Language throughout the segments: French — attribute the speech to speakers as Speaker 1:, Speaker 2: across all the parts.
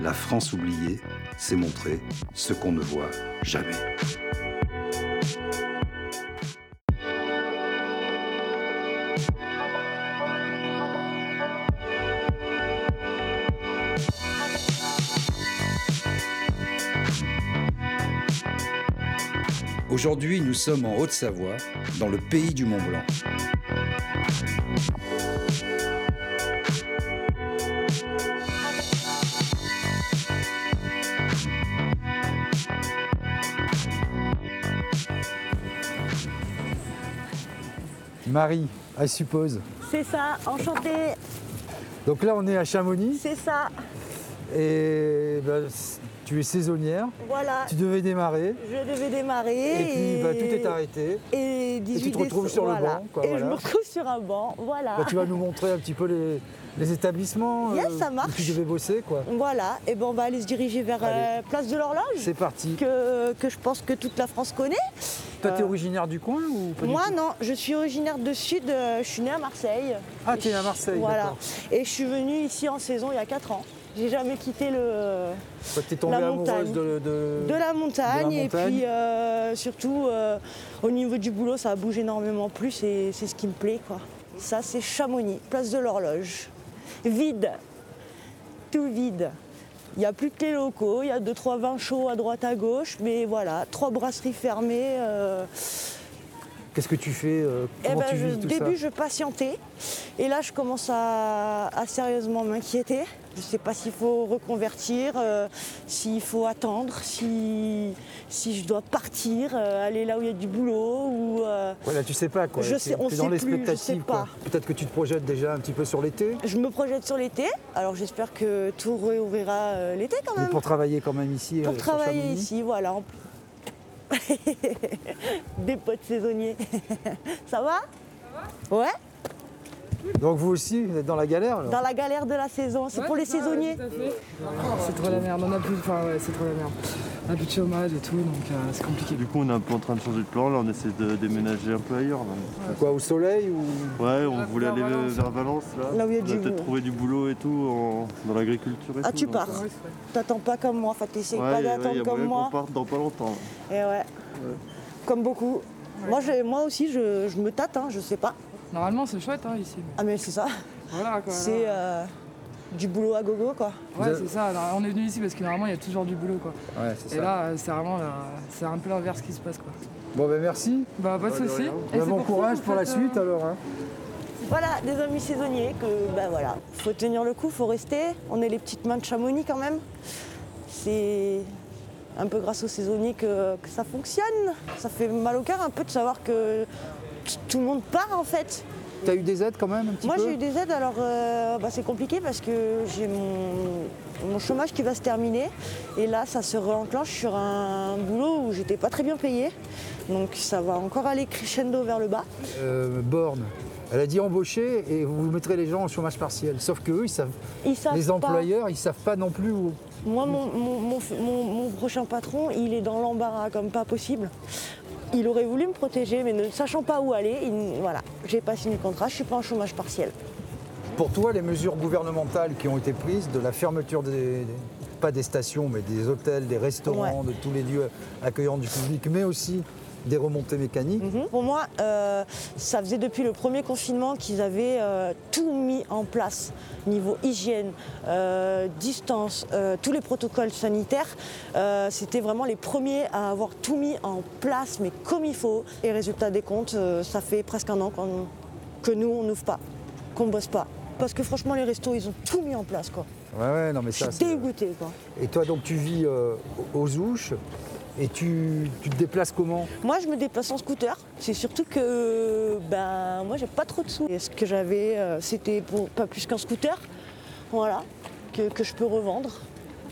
Speaker 1: La France oubliée, c'est montrer ce qu'on ne voit jamais. Aujourd'hui, nous sommes en Haute-Savoie, dans le pays du Mont Blanc.
Speaker 2: Marie, I suppose.
Speaker 3: C'est ça, enchanté,
Speaker 2: Donc là, on est à Chamonix
Speaker 3: c'est ça.
Speaker 2: et ben, c- tu es saisonnière.
Speaker 3: Voilà,
Speaker 2: Tu devais démarrer
Speaker 3: je devais démarrer.
Speaker 2: et puis bah, tout est arrêté.
Speaker 3: Et, 18
Speaker 2: tu te retrouves
Speaker 3: déce-
Speaker 2: sur le
Speaker 3: voilà.
Speaker 2: banc, quoi,
Speaker 3: et je
Speaker 2: voilà.
Speaker 3: me retrouve sur un banc, voilà.
Speaker 2: Bah, tu vas nous montrer un petit peu les, les établissements euh,
Speaker 3: Yes, ça
Speaker 2: où
Speaker 3: marche.
Speaker 2: tu devais bosser. quoi.
Speaker 3: Voilà, et ben on va aller se diriger vers
Speaker 2: Allez.
Speaker 3: euh, Place de l'Horloge,
Speaker 2: C'est parti.
Speaker 3: que, que je pense que toute la France connaît.
Speaker 2: Toi, t'es
Speaker 3: Euh,
Speaker 2: originaire du coin ou pas du
Speaker 3: Moi
Speaker 2: tout
Speaker 3: non, je suis originaire de Sud, euh, je suis née à Marseille.
Speaker 2: Ah,
Speaker 3: Et
Speaker 2: t'es née à
Speaker 3: je-
Speaker 2: Marseille,
Speaker 3: Voilà,
Speaker 2: d'accord.
Speaker 3: et je suis venue ici en saison il y a 4 ans. J'ai jamais quitté le,
Speaker 2: Toi, T'es tombée
Speaker 3: la
Speaker 2: amoureuse
Speaker 3: montagne.
Speaker 2: de, de-
Speaker 3: de la montagne
Speaker 2: de la
Speaker 3: et
Speaker 2: montagne.
Speaker 3: puis euh, surtout euh, au niveau du boulot ça bouge énormément plus et c'est ce qui me plaît quoi. Ça c'est Chamonix, place de l'horloge. Vide, tout vide. Il n'y a plus que les locaux, il y a deux trois vins chauds à droite à gauche, mais voilà, trois brasseries fermées. euh,
Speaker 2: Qu'est-ce que tu fais euh,
Speaker 3: eh
Speaker 2: Comment
Speaker 3: ben,
Speaker 2: tu
Speaker 3: je-
Speaker 2: vis tout
Speaker 3: début,
Speaker 2: ça
Speaker 3: je patientais. Et là, je commence à, à sérieusement m'inquiéter. Je ne sais pas s'il faut reconvertir, euh, s'il faut attendre, si, si je dois partir, euh, aller là où il y a du boulot. Ou, euh,
Speaker 2: Voilà, tu sais pas quoi.
Speaker 3: Je sais-
Speaker 2: T'es-
Speaker 3: on
Speaker 2: t'es dans
Speaker 3: sait
Speaker 2: les
Speaker 3: plus, je sais Euh,
Speaker 2: spectatives. quoi. Peut-être que tu te projettes déjà un petit peu sur l'été,
Speaker 3: Je me projette sur l'été. Alors, j'espère que tout réouvrira euh, l'été quand
Speaker 2: mais
Speaker 3: même.
Speaker 2: pour travailler quand même ici.
Speaker 3: Pour
Speaker 2: euh, sur
Speaker 3: travailler
Speaker 2: Chamonix.
Speaker 3: ici, voilà. en- Des potes saisonniers. Ça va Ça va Ouais
Speaker 2: Donc vous aussi, vous êtes dans la galère alors
Speaker 3: Dans la galère de la saison. C'est pour les saisonniers.
Speaker 4: Ah, C'est trop la merde, on a plus, enfin ouais, c'est trop la merde. On a plus de chômage et tout, donc euh, c'est compliqué.
Speaker 5: Du coup, on est un peu en train de changer de plan. Là, on essaie de déménager un peu ailleurs. là.
Speaker 2: Quoi, au soleil ou
Speaker 5: Ouais, on voulait aller vers Valence. Là,
Speaker 3: Là où il y a
Speaker 5: on
Speaker 3: du
Speaker 5: peut-être
Speaker 3: boulot.
Speaker 5: trouver du boulot et tout en- dans l'agriculture. et
Speaker 3: Ah,
Speaker 5: tout,
Speaker 3: tu
Speaker 5: donc,
Speaker 3: pars.
Speaker 5: euh,
Speaker 3: T'attends pas comme moi, enfin t'essayes
Speaker 5: Ouais,
Speaker 3: pas
Speaker 5: ouais,
Speaker 3: d'attendre
Speaker 5: y a
Speaker 3: comme
Speaker 5: moyen
Speaker 3: moi.
Speaker 5: qu'on parte dans pas longtemps.
Speaker 3: Et ouais. Comme beaucoup. Moi, j'ai- moi aussi, je, je me tâte, hein, je sais pas.
Speaker 4: Normalement c'est chouette hein, ici.
Speaker 3: Ah, mais c'est ça.
Speaker 4: mais Voilà quoi.
Speaker 3: C'est
Speaker 4: là.
Speaker 3: euh, du boulot à gogo, quoi.
Speaker 4: Ouais c'est ça, là, on est venu ici parce que normalement il y a toujours du boulot quoi.
Speaker 2: Ouais, c'est
Speaker 4: Et là euh, c'est vraiment la- c'est un peu l'inverse qui se passe quoi.
Speaker 2: Bon ben merci.
Speaker 4: Bah pas de soucis. Et
Speaker 2: Bah,
Speaker 4: c'est
Speaker 2: bon
Speaker 4: pour ça
Speaker 2: courage
Speaker 4: que vous
Speaker 2: pour la
Speaker 4: faites,
Speaker 2: suite
Speaker 4: euh,
Speaker 2: alors. hein.
Speaker 3: Voilà, des amis saisonniers que, ben voilà, faut tenir le coup, faut rester. On est les petites mains de Chamonix quand même. C'est un peu grâce aux saisonniers que, que ça fonctionne. Ça fait mal au cœur un peu de savoir que t- tout le monde part en fait.
Speaker 2: T'as eu des aides quand même un petit
Speaker 3: Moi
Speaker 2: peu
Speaker 3: j'ai eu des aides, alors euh, bah, c'est compliqué parce que j'ai mon, mon chômage qui va se terminer et là ça se réenclenche sur un boulot où j'étais pas très bien payée. Donc ça va encore aller crescendo vers le bas.
Speaker 2: Euh, Borne. Elle a dit embaucher et vous mettrez les gens en chômage partiel. Sauf que eux, ils savent,
Speaker 3: Ils savent
Speaker 2: les
Speaker 3: pas.
Speaker 2: employeurs, ils savent pas non plus où.
Speaker 3: Moi mon, mon- mon- mon- mon prochain patron il est dans l'embarras comme pas possible. Il aurait voulu me protéger mais ne sachant pas où aller, il- voilà, j'ai pas signé le contrat, je suis pas en chômage partiel.
Speaker 2: Pour toi, les mesures gouvernementales qui ont été prises, de la fermeture des, des- pas des stations, mais des hôtels, des restaurants, de tous les lieux accueillants du public, mais aussi des remontées mécaniques.
Speaker 3: Pour moi, euh, ça faisait depuis le premier confinement qu'ils avaient euh, tout mis en place, niveau hygiène, euh, distance, euh, tous les protocoles sanitaires. Euh, C'était vraiment les premiers à avoir tout mis en place, mais comme il faut. Et résultat des comptes, euh, ça fait presque un an qu'on- que nous, on n'ouvre pas, qu'on bosse pas. Parce que franchement, les restos, ils ont tout mis en place, quoi.
Speaker 4: Mm.
Speaker 2: Ouais, ouais, non mais
Speaker 3: Je
Speaker 2: ça.
Speaker 3: suis
Speaker 2: c'est-
Speaker 3: dégoûtée, quoi.
Speaker 2: Et toi, donc, tu vis euh, aux ouches et tu, tu te déplaces comment
Speaker 3: Moi, je me déplace en scooter. C'est surtout que ben moi, j'ai pas trop de sous. Et ce que j'avais, euh, c'était pour pas plus qu'un scooter, voilà, que, que je peux revendre.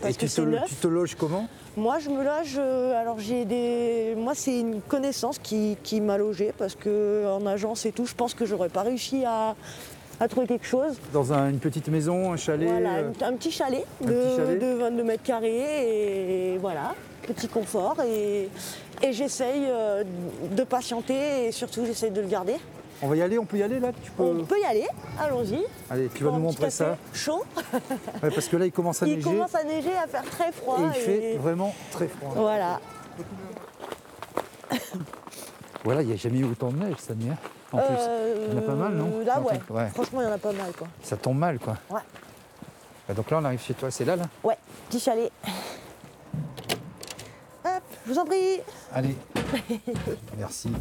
Speaker 3: parce
Speaker 2: Et
Speaker 3: que
Speaker 2: tu te,
Speaker 3: c'est neuf.
Speaker 2: tu te loges comment
Speaker 3: Moi, je me loge. euh, alors, j'ai des. Moi, c'est une connaissance qui, qui m'a logé parce que en agence et tout, je pense que j'aurais pas réussi à, à trouver quelque chose.
Speaker 2: Dans un- une petite maison, un chalet
Speaker 3: voilà,
Speaker 2: euh,
Speaker 3: une- un petit chalet,
Speaker 2: un
Speaker 3: de,
Speaker 2: petit chalet.
Speaker 3: de 22 mètres carrés et voilà, petit confort et, et j'essaye euh, de patienter et surtout j'essaye de le garder.
Speaker 2: On va y aller, on peut y aller là Tu peux.
Speaker 3: On peut y aller, allons-y.
Speaker 2: Allez, tu vas
Speaker 3: Pour
Speaker 2: nous
Speaker 3: un petit
Speaker 2: montrer
Speaker 3: café
Speaker 2: ça.
Speaker 3: Chaud,
Speaker 2: Ouais, parce que là, il commence à
Speaker 3: il
Speaker 2: neiger
Speaker 3: commence à neiger, à faire très froid.
Speaker 2: et il fait vraiment très froid.
Speaker 3: Voilà,
Speaker 2: Voilà, il n'y a jamais eu autant de neige cette année. hein, En plus, il y en a pas mal, non
Speaker 3: Euh, Là,
Speaker 2: J'ai
Speaker 3: ouais.
Speaker 2: entendu- ouais.
Speaker 3: Franchement, il y en a pas mal, quoi.
Speaker 2: Ça tombe mal, quoi.
Speaker 3: Ouais.
Speaker 2: Bah, donc là, on arrive chez toi. C'est là, là
Speaker 3: Ouais, petit chalet. Hop, je vous en prie.
Speaker 2: Allez. Merci.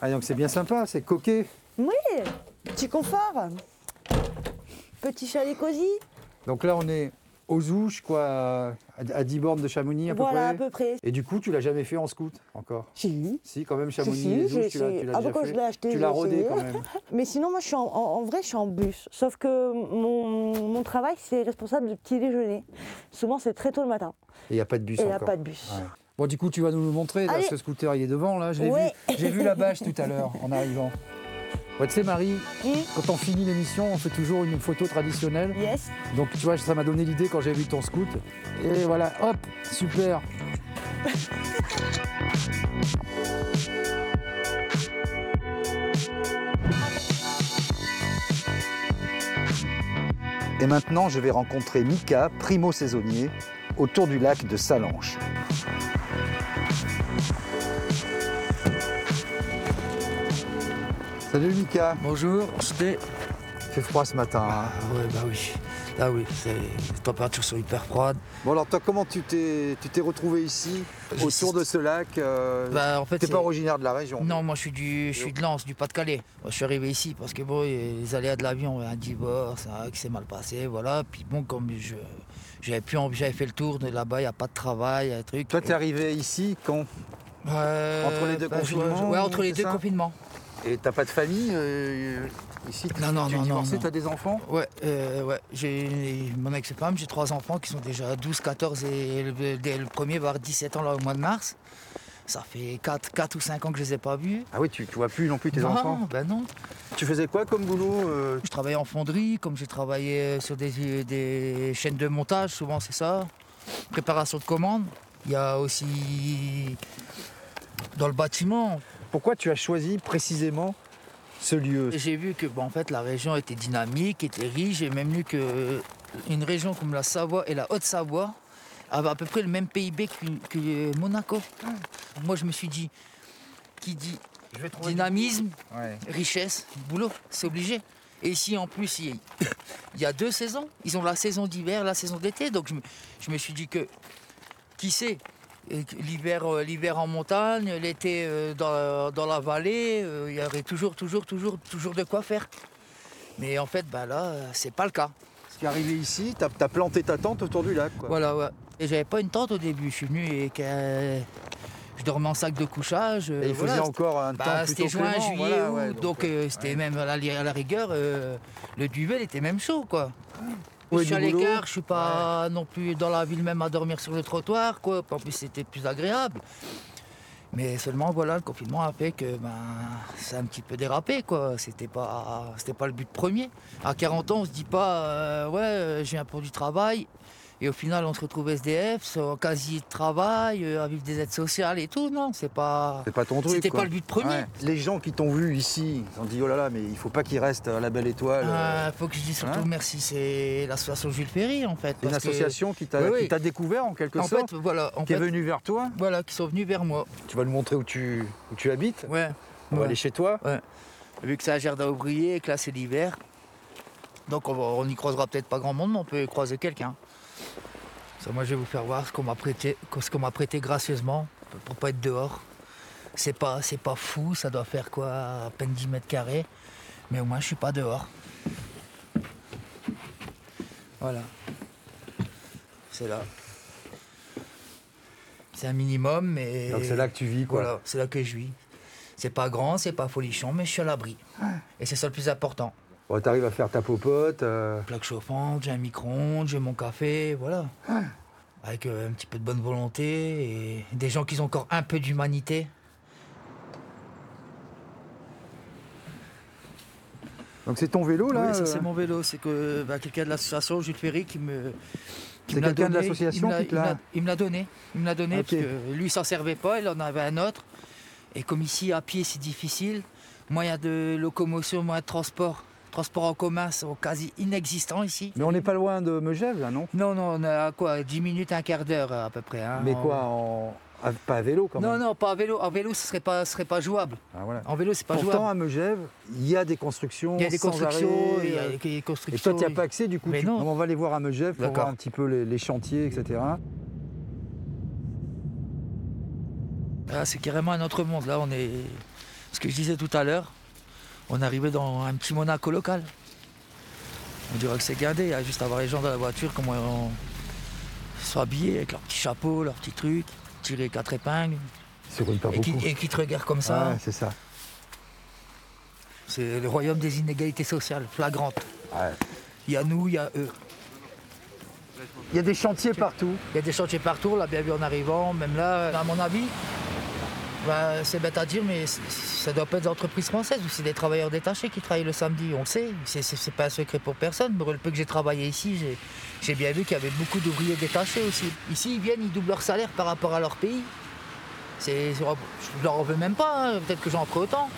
Speaker 2: Ah, donc c'est bien sympa, c'est coquet.
Speaker 3: Oui, petit confort. Petit chalet cosy.
Speaker 2: Donc là, on est aux ouches, quoi, à, à 10 bornes de Chamonix, à peu
Speaker 3: voilà, à
Speaker 2: près.
Speaker 3: peu près.
Speaker 2: Et du coup, tu l'as jamais fait en scout, encore
Speaker 3: Si.
Speaker 2: Si, quand même,
Speaker 3: Si,
Speaker 2: Chamonix,
Speaker 3: si,
Speaker 2: les
Speaker 3: j'ai
Speaker 2: ouches, tu l'as
Speaker 3: essayé.
Speaker 2: tu l'as
Speaker 3: Ah,
Speaker 2: déjà
Speaker 3: bah, quand
Speaker 2: fait.
Speaker 3: je l'ai acheté,
Speaker 2: tu
Speaker 3: j'ai
Speaker 2: l'as rodé,
Speaker 3: essayé.
Speaker 2: quand même.
Speaker 3: Mais sinon, moi, je suis en, en- en vrai, je suis en bus. Sauf que mon, mon travail, c'est responsable de petit déjeuner. Souvent, c'est très tôt le matin.
Speaker 2: Et il n'y a pas de bus
Speaker 3: Et il n'y a
Speaker 2: encore.
Speaker 3: pas de bus.
Speaker 2: Ouais. Bon, du coup, tu vas nous le montrer. Là,
Speaker 3: Allez.
Speaker 2: ce scooter, il est devant, là. Je l'ai
Speaker 3: Ouais.
Speaker 2: vu. J'ai vu la bâche tout à l'heure en arrivant. Ouais, tu sais, Marie,
Speaker 3: Mm.
Speaker 2: quand on finit l'émission, on fait toujours une photo traditionnelle.
Speaker 3: Yes.
Speaker 2: Donc, tu vois, ça m'a donné l'idée quand j'ai vu ton scoot. Et voilà, hop, super. Et maintenant, je vais rencontrer Mika, primo saisonnier, autour du lac de Salanches. Salut Mika,
Speaker 6: Bonjour, c'était.
Speaker 2: il fait froid ce matin. hein.
Speaker 6: ouais, bah oui. Ah oui, c'est- les températures sont hyper froides.
Speaker 2: Bon alors toi comment tu t'es tu t'es retrouvé ici
Speaker 6: Je-
Speaker 2: autour de ce lac euh,
Speaker 6: Bah en fait.
Speaker 2: T'es
Speaker 6: c'est-
Speaker 2: pas originaire de la région
Speaker 6: Non, moi je suis du, je suis de Lens, du Pas-de-Calais. Moi, je suis arrivé ici parce que bon, les aléas de l'avion, un divorce, un qui s'est mal passé, voilà. Puis bon, comme je, j'avais plus envie, j'avais fait le tour de là-bas, il n'y a pas de travail, un truc.
Speaker 2: Toi t'es arrivé ici quand
Speaker 6: Euh,
Speaker 2: entre les deux
Speaker 6: je- je-
Speaker 2: confinements,
Speaker 6: Ouais, entre les
Speaker 2: c'est
Speaker 6: deux
Speaker 2: ça
Speaker 6: confinements.
Speaker 2: Et t'as pas de famille euh, ici
Speaker 6: Non, non,
Speaker 2: tu es
Speaker 6: non, non,
Speaker 2: divorcé,
Speaker 6: non.
Speaker 2: t'as des enfants
Speaker 6: Ouais, euh, ouais. J'ai mon ex-femme, j'ai trois enfants qui sont déjà 12, 14 et le, le- le premier va avoir 17 ans là, au mois de mars. Ça fait 4, ou 5 ans que je les ai pas vus.
Speaker 2: Ah oui tu, tu vois plus non plus tes
Speaker 6: Non,
Speaker 2: enfants
Speaker 6: Ben non.
Speaker 2: Tu faisais quoi comme boulot euh
Speaker 6: Je travaillais en fonderie, comme j'ai travaillé euh, sur des, des chaînes de montage, souvent c'est ça. Préparation de commandes. Il y a aussi dans le bâtiment.
Speaker 2: Pourquoi tu as choisi précisément ce lieu
Speaker 6: Et J'ai vu que bah, en fait la région était dynamique, était riche. J'ai même lu que euh, une région comme la Savoie et la Haute-Savoie avaient à peu près le même PIB qu'une- que, euh, Monaco. Moi je me suis dit, qui dit dynamisme,
Speaker 2: Ouais.
Speaker 6: richesse, boulot, c'est obligé. Et ici, en plus, il il y a deux saisons. Ils ont la saison d'hiver, la saison d'été. Donc, je me, je me suis dit que, qui sait, euh, que l'hiver euh, l'hiver en montagne, l'été euh, dans, dans la vallée, euh, il y aurait toujours, toujours, toujours, toujours de quoi faire. Mais en fait, bah là, euh, c'est pas le cas.
Speaker 2: Tu es arrivé ici, t'as as planté ta tente autour du lac quoi.
Speaker 6: Voilà, ouais. Et j'avais pas une tente au début. Je suis venu et que- euh, je dormais en sac de couchage. euh,
Speaker 2: Et il faisait
Speaker 6: voilà,
Speaker 2: encore un
Speaker 6: Bah,
Speaker 2: temps
Speaker 6: c'était
Speaker 2: plutôt
Speaker 6: juin,
Speaker 2: clément,
Speaker 6: juillet,
Speaker 2: voilà,
Speaker 6: août,
Speaker 2: ouais,
Speaker 6: donc, euh, c'était même à la, à la rigueur, euh, le duvet il était même chaud quoi.
Speaker 2: Ouais,
Speaker 6: je suis
Speaker 2: du
Speaker 6: à
Speaker 2: boulot.
Speaker 6: l'écart, je suis pas non plus dans la ville même à dormir sur le trottoir quoi. En plus c'était plus agréable. Mais seulement voilà, le confinement a fait que ben ça a un petit peu dérapé quoi. C'était pas c'était pas le but premier. À 40 ans on se dit pas euh, ouais euh, je viens pour du travail. Et au final, on se retrouve SDF, sans quasi travail, euh, à vivre des aides sociales et tout. Non, c'est pas.
Speaker 2: C'est pas ton truc.
Speaker 6: C'était
Speaker 2: quoi.
Speaker 6: pas le but premier.
Speaker 2: Les gens qui t'ont vu ici, ils ont dit oh là là, mais il faut pas qu'il reste à la belle étoile.
Speaker 6: Ah, faut que je dise surtout
Speaker 2: hein
Speaker 6: merci, c'est l'association Jules Ferry en fait.
Speaker 2: C'est une
Speaker 6: parce que-
Speaker 2: association qui t'a
Speaker 6: Oui, oui.
Speaker 2: qui t'a découvert en quelque
Speaker 6: en
Speaker 2: sorte,
Speaker 6: fait, voilà, en
Speaker 2: qui est
Speaker 6: fait,
Speaker 2: venue vers toi.
Speaker 6: voilà, qui sont venus vers moi.
Speaker 2: Tu vas nous montrer où tu, où tu habites.
Speaker 6: Ouais.
Speaker 2: On va
Speaker 6: ouais.
Speaker 2: aller chez toi.
Speaker 6: Vu que c'est à Gerda Aubrier, que là c'est l'hiver, donc on, va- on y croisera peut-être pas grand monde, mais on peut y croiser quelqu'un. Ça, moi, je vais vous faire voir ce qu'on m'a prêté, ce qu'on m'a prêté gracieusement pour pas être dehors. C'est pas, c'est pas fou, ça doit faire quoi, à peine 10 mètres carrés, mais au moins je suis pas dehors. Voilà. C'est là. C'est un minimum, mais.
Speaker 2: Donc c'est là que tu vis quoi.
Speaker 6: Voilà, c'est là que je vis. C'est pas grand, c'est pas folichon, mais je suis à l'abri. Et c'est ça le plus important.
Speaker 2: Bon, t'arrives à faire ta popote. euh,
Speaker 6: plaque chauffante, j'ai un micro-ondes, j'ai mon café, voilà. Avec euh, un petit peu de bonne volonté et des gens qui ont encore un peu d'humanité.
Speaker 2: Donc c'est ton vélo là
Speaker 6: oui, ça
Speaker 2: euh,
Speaker 6: c'est mon vélo. C'est que bah, quelqu'un de l'association, Jules Ferry, qui me. qui
Speaker 2: C'est
Speaker 6: me l'a
Speaker 2: quelqu'un de
Speaker 6: donné.
Speaker 2: l'association
Speaker 6: Il me l'a-
Speaker 2: qui te l'a-
Speaker 6: il me l'a- Il me l'a donné. Il me l'a donné
Speaker 2: Ok.
Speaker 6: parce que lui, il s'en servait pas, il en avait un autre. Et comme ici, à pied, c'est difficile, moyen de locomotion, moyen de transport, transport en commun sont quasi inexistants ici.
Speaker 2: Mais on n'est pas loin de Megève là, non
Speaker 6: Non, non, on a quoi 10 minutes, un quart d'heure à peu près. hein.
Speaker 2: Mais
Speaker 6: On-
Speaker 2: quoi en... à- Pas à vélo quand
Speaker 6: Non,
Speaker 2: même.
Speaker 6: non, pas en vélo. En vélo, ce serait pas, ce serait pas jouable.
Speaker 2: Ah, voilà.
Speaker 6: En vélo, c'est pas
Speaker 2: Pourtant
Speaker 6: jouable.
Speaker 2: à Megève, il y a des constructions.
Speaker 6: Il y a des
Speaker 2: sans
Speaker 6: constructions,
Speaker 2: arrêt,
Speaker 6: il y a
Speaker 2: euh,
Speaker 6: des
Speaker 2: Et
Speaker 6: constructions.
Speaker 2: toi, tu n'y as pas accès, du coup,
Speaker 6: Mais
Speaker 2: tu-
Speaker 6: non.
Speaker 2: on va aller voir à Megève pour
Speaker 6: D'accord.
Speaker 2: voir un petit peu les, les chantiers, etc.
Speaker 6: Ah, c'est carrément un autre monde. Là, on est. Ce que je disais tout à l'heure, on arrivait dans un petit Monaco local. On dirait que c'est gardé, à juste avoir les gens dans la voiture, comment ils sont habillés, avec leur petit chapeau, leur petit truc, tirés quatre épingles,
Speaker 2: C'est pas
Speaker 6: et qui,
Speaker 2: beaucoup.
Speaker 6: et qui te regardent comme ça.
Speaker 2: Ouais, c'est ça.
Speaker 6: C'est le royaume des inégalités sociales, flagrantes.
Speaker 2: Ouais.
Speaker 6: Il y a nous, il y a eux.
Speaker 2: Il y a des chantiers partout.
Speaker 6: Il y a des chantiers partout, on l'a bien vu en arrivant, même là, à mon avis. ben, c'est bête à dire, mais c- ça doit pas être des entreprises françaises ou c'est des travailleurs détachés qui travaillent le samedi, on le sait. C'est- C'est c'est pas un secret pour personne. Pour le peu que j'ai travaillé ici, j'ai- j'ai bien vu qu'il y avait beaucoup d'ouvriers détachés aussi. Ici, ils viennent, ils doublent leur salaire par rapport à leur pays. C'est- oh, Je leur en veux même pas, hein, peut-être que j'en ferai autant.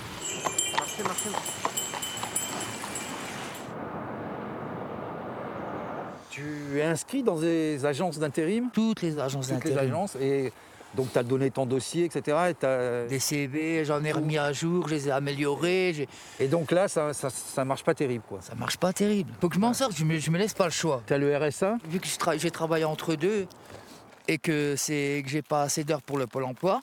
Speaker 2: Tu es inscrit dans des agences d'intérim
Speaker 6: Toutes les agences
Speaker 2: Toutes les
Speaker 6: d'intérim.
Speaker 2: agences. Et donc, tu as donné ton dossier, etc. Et, t'as-
Speaker 6: Des CV, j'en ai remis à jour, je les ai améliorés. j'ai-
Speaker 2: et donc là, ça ne ça, ça marche pas terrible. quoi.
Speaker 6: Ça marche pas terrible. Faut que je m'en sorte, je me, je me laisse pas le choix.
Speaker 2: Tu as le RSA
Speaker 6: vu que je tra- j'ai travaillé entre deux et que c'est que j'ai pas assez d'heures pour le pôle emploi,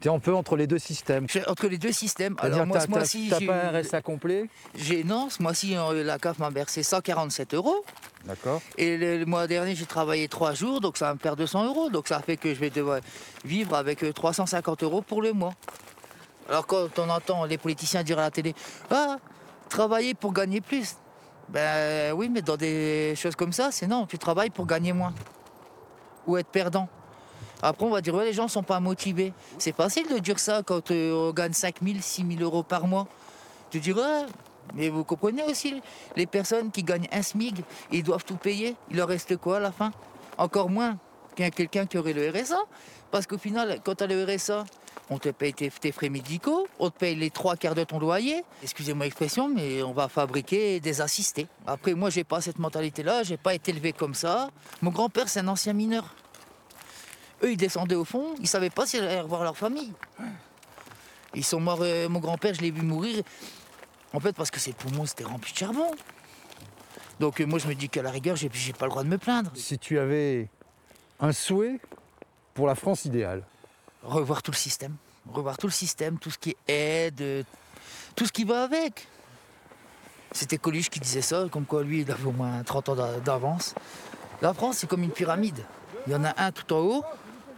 Speaker 2: Tu es un peu entre les deux systèmes.
Speaker 6: j'ai- entre les deux systèmes. Alors
Speaker 2: C'est-à-dire,
Speaker 6: moi
Speaker 2: t'as-
Speaker 6: ce mois-ci,
Speaker 2: t'as- t'as
Speaker 6: j'ai
Speaker 2: pas un
Speaker 6: eu-
Speaker 2: RSA complet
Speaker 6: j'ai non, ce mois-ci euh, la CAF m'a versé 147 euros
Speaker 2: D'accord.
Speaker 6: et le, le mois dernier j'ai travaillé trois jours donc ça va me faire 200 euros donc ça fait que je vais devoir vivre avec euh, 350 euros pour le mois. Alors quand on entend les politiciens dire à la télé ah travailler pour gagner plus, ben oui mais dans des choses comme ça c'est non tu travailles pour gagner moins ou être perdant. Après, on va dire, ouais, les gens sont pas motivés. C'est facile de dire ça quand euh, on gagne 5 000, 6 000 euros par mois. Tu dirais, ouais, mais vous comprenez aussi, les personnes qui gagnent un SMIG, ils doivent tout payer. Il leur reste quoi à la fin Encore moins qu'un quelqu'un qui aurait le RSA. Parce qu'au final, quand tu as le RSA, on te paye tes, tes frais médicaux, on te paye les trois quarts de ton loyer. Excusez-moi l'expression, mais on va fabriquer des assistés. Après, moi, j'ai pas cette mentalité-là, j'ai pas été élevé comme ça. Mon grand-père, c'est un ancien mineur. Eux, ils descendaient au fond, ils savaient pas s'ils allaient revoir leur famille. Ils sont morts, euh, mon grand-père, je l'ai vu mourir, en fait, parce que ses poumons c'était rempli de charbon. Donc euh, moi, je me dis qu'à la rigueur, j'ai, j'ai pas le droit de me plaindre.
Speaker 2: Si tu avais un souhait pour la France idéale,
Speaker 6: Revoir tout le système, revoir tout le système, tout ce qui aide, euh, tout ce qui va avec. C'était Coluche qui disait ça, comme quoi lui, il avait au moins 30 ans d'a- d'avance. La France, c'est comme une pyramide. Il y en a un tout en haut,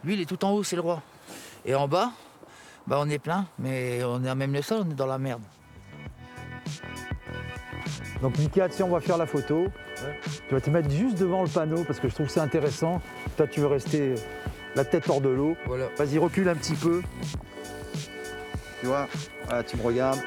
Speaker 6: lui, il est tout en haut, c'est le roi. Et en bas, bah, on est plein, mais on est à même le sol, on est dans la merde.
Speaker 2: Donc Mika, tiens, on va faire la photo. Tu vas te mettre juste devant le panneau parce que je trouve ça intéressant. Toi, tu veux rester la tête hors de l'eau.
Speaker 6: Voilà.
Speaker 2: Vas-y, recule un petit peu. Tu vois, voilà, tu me regardes.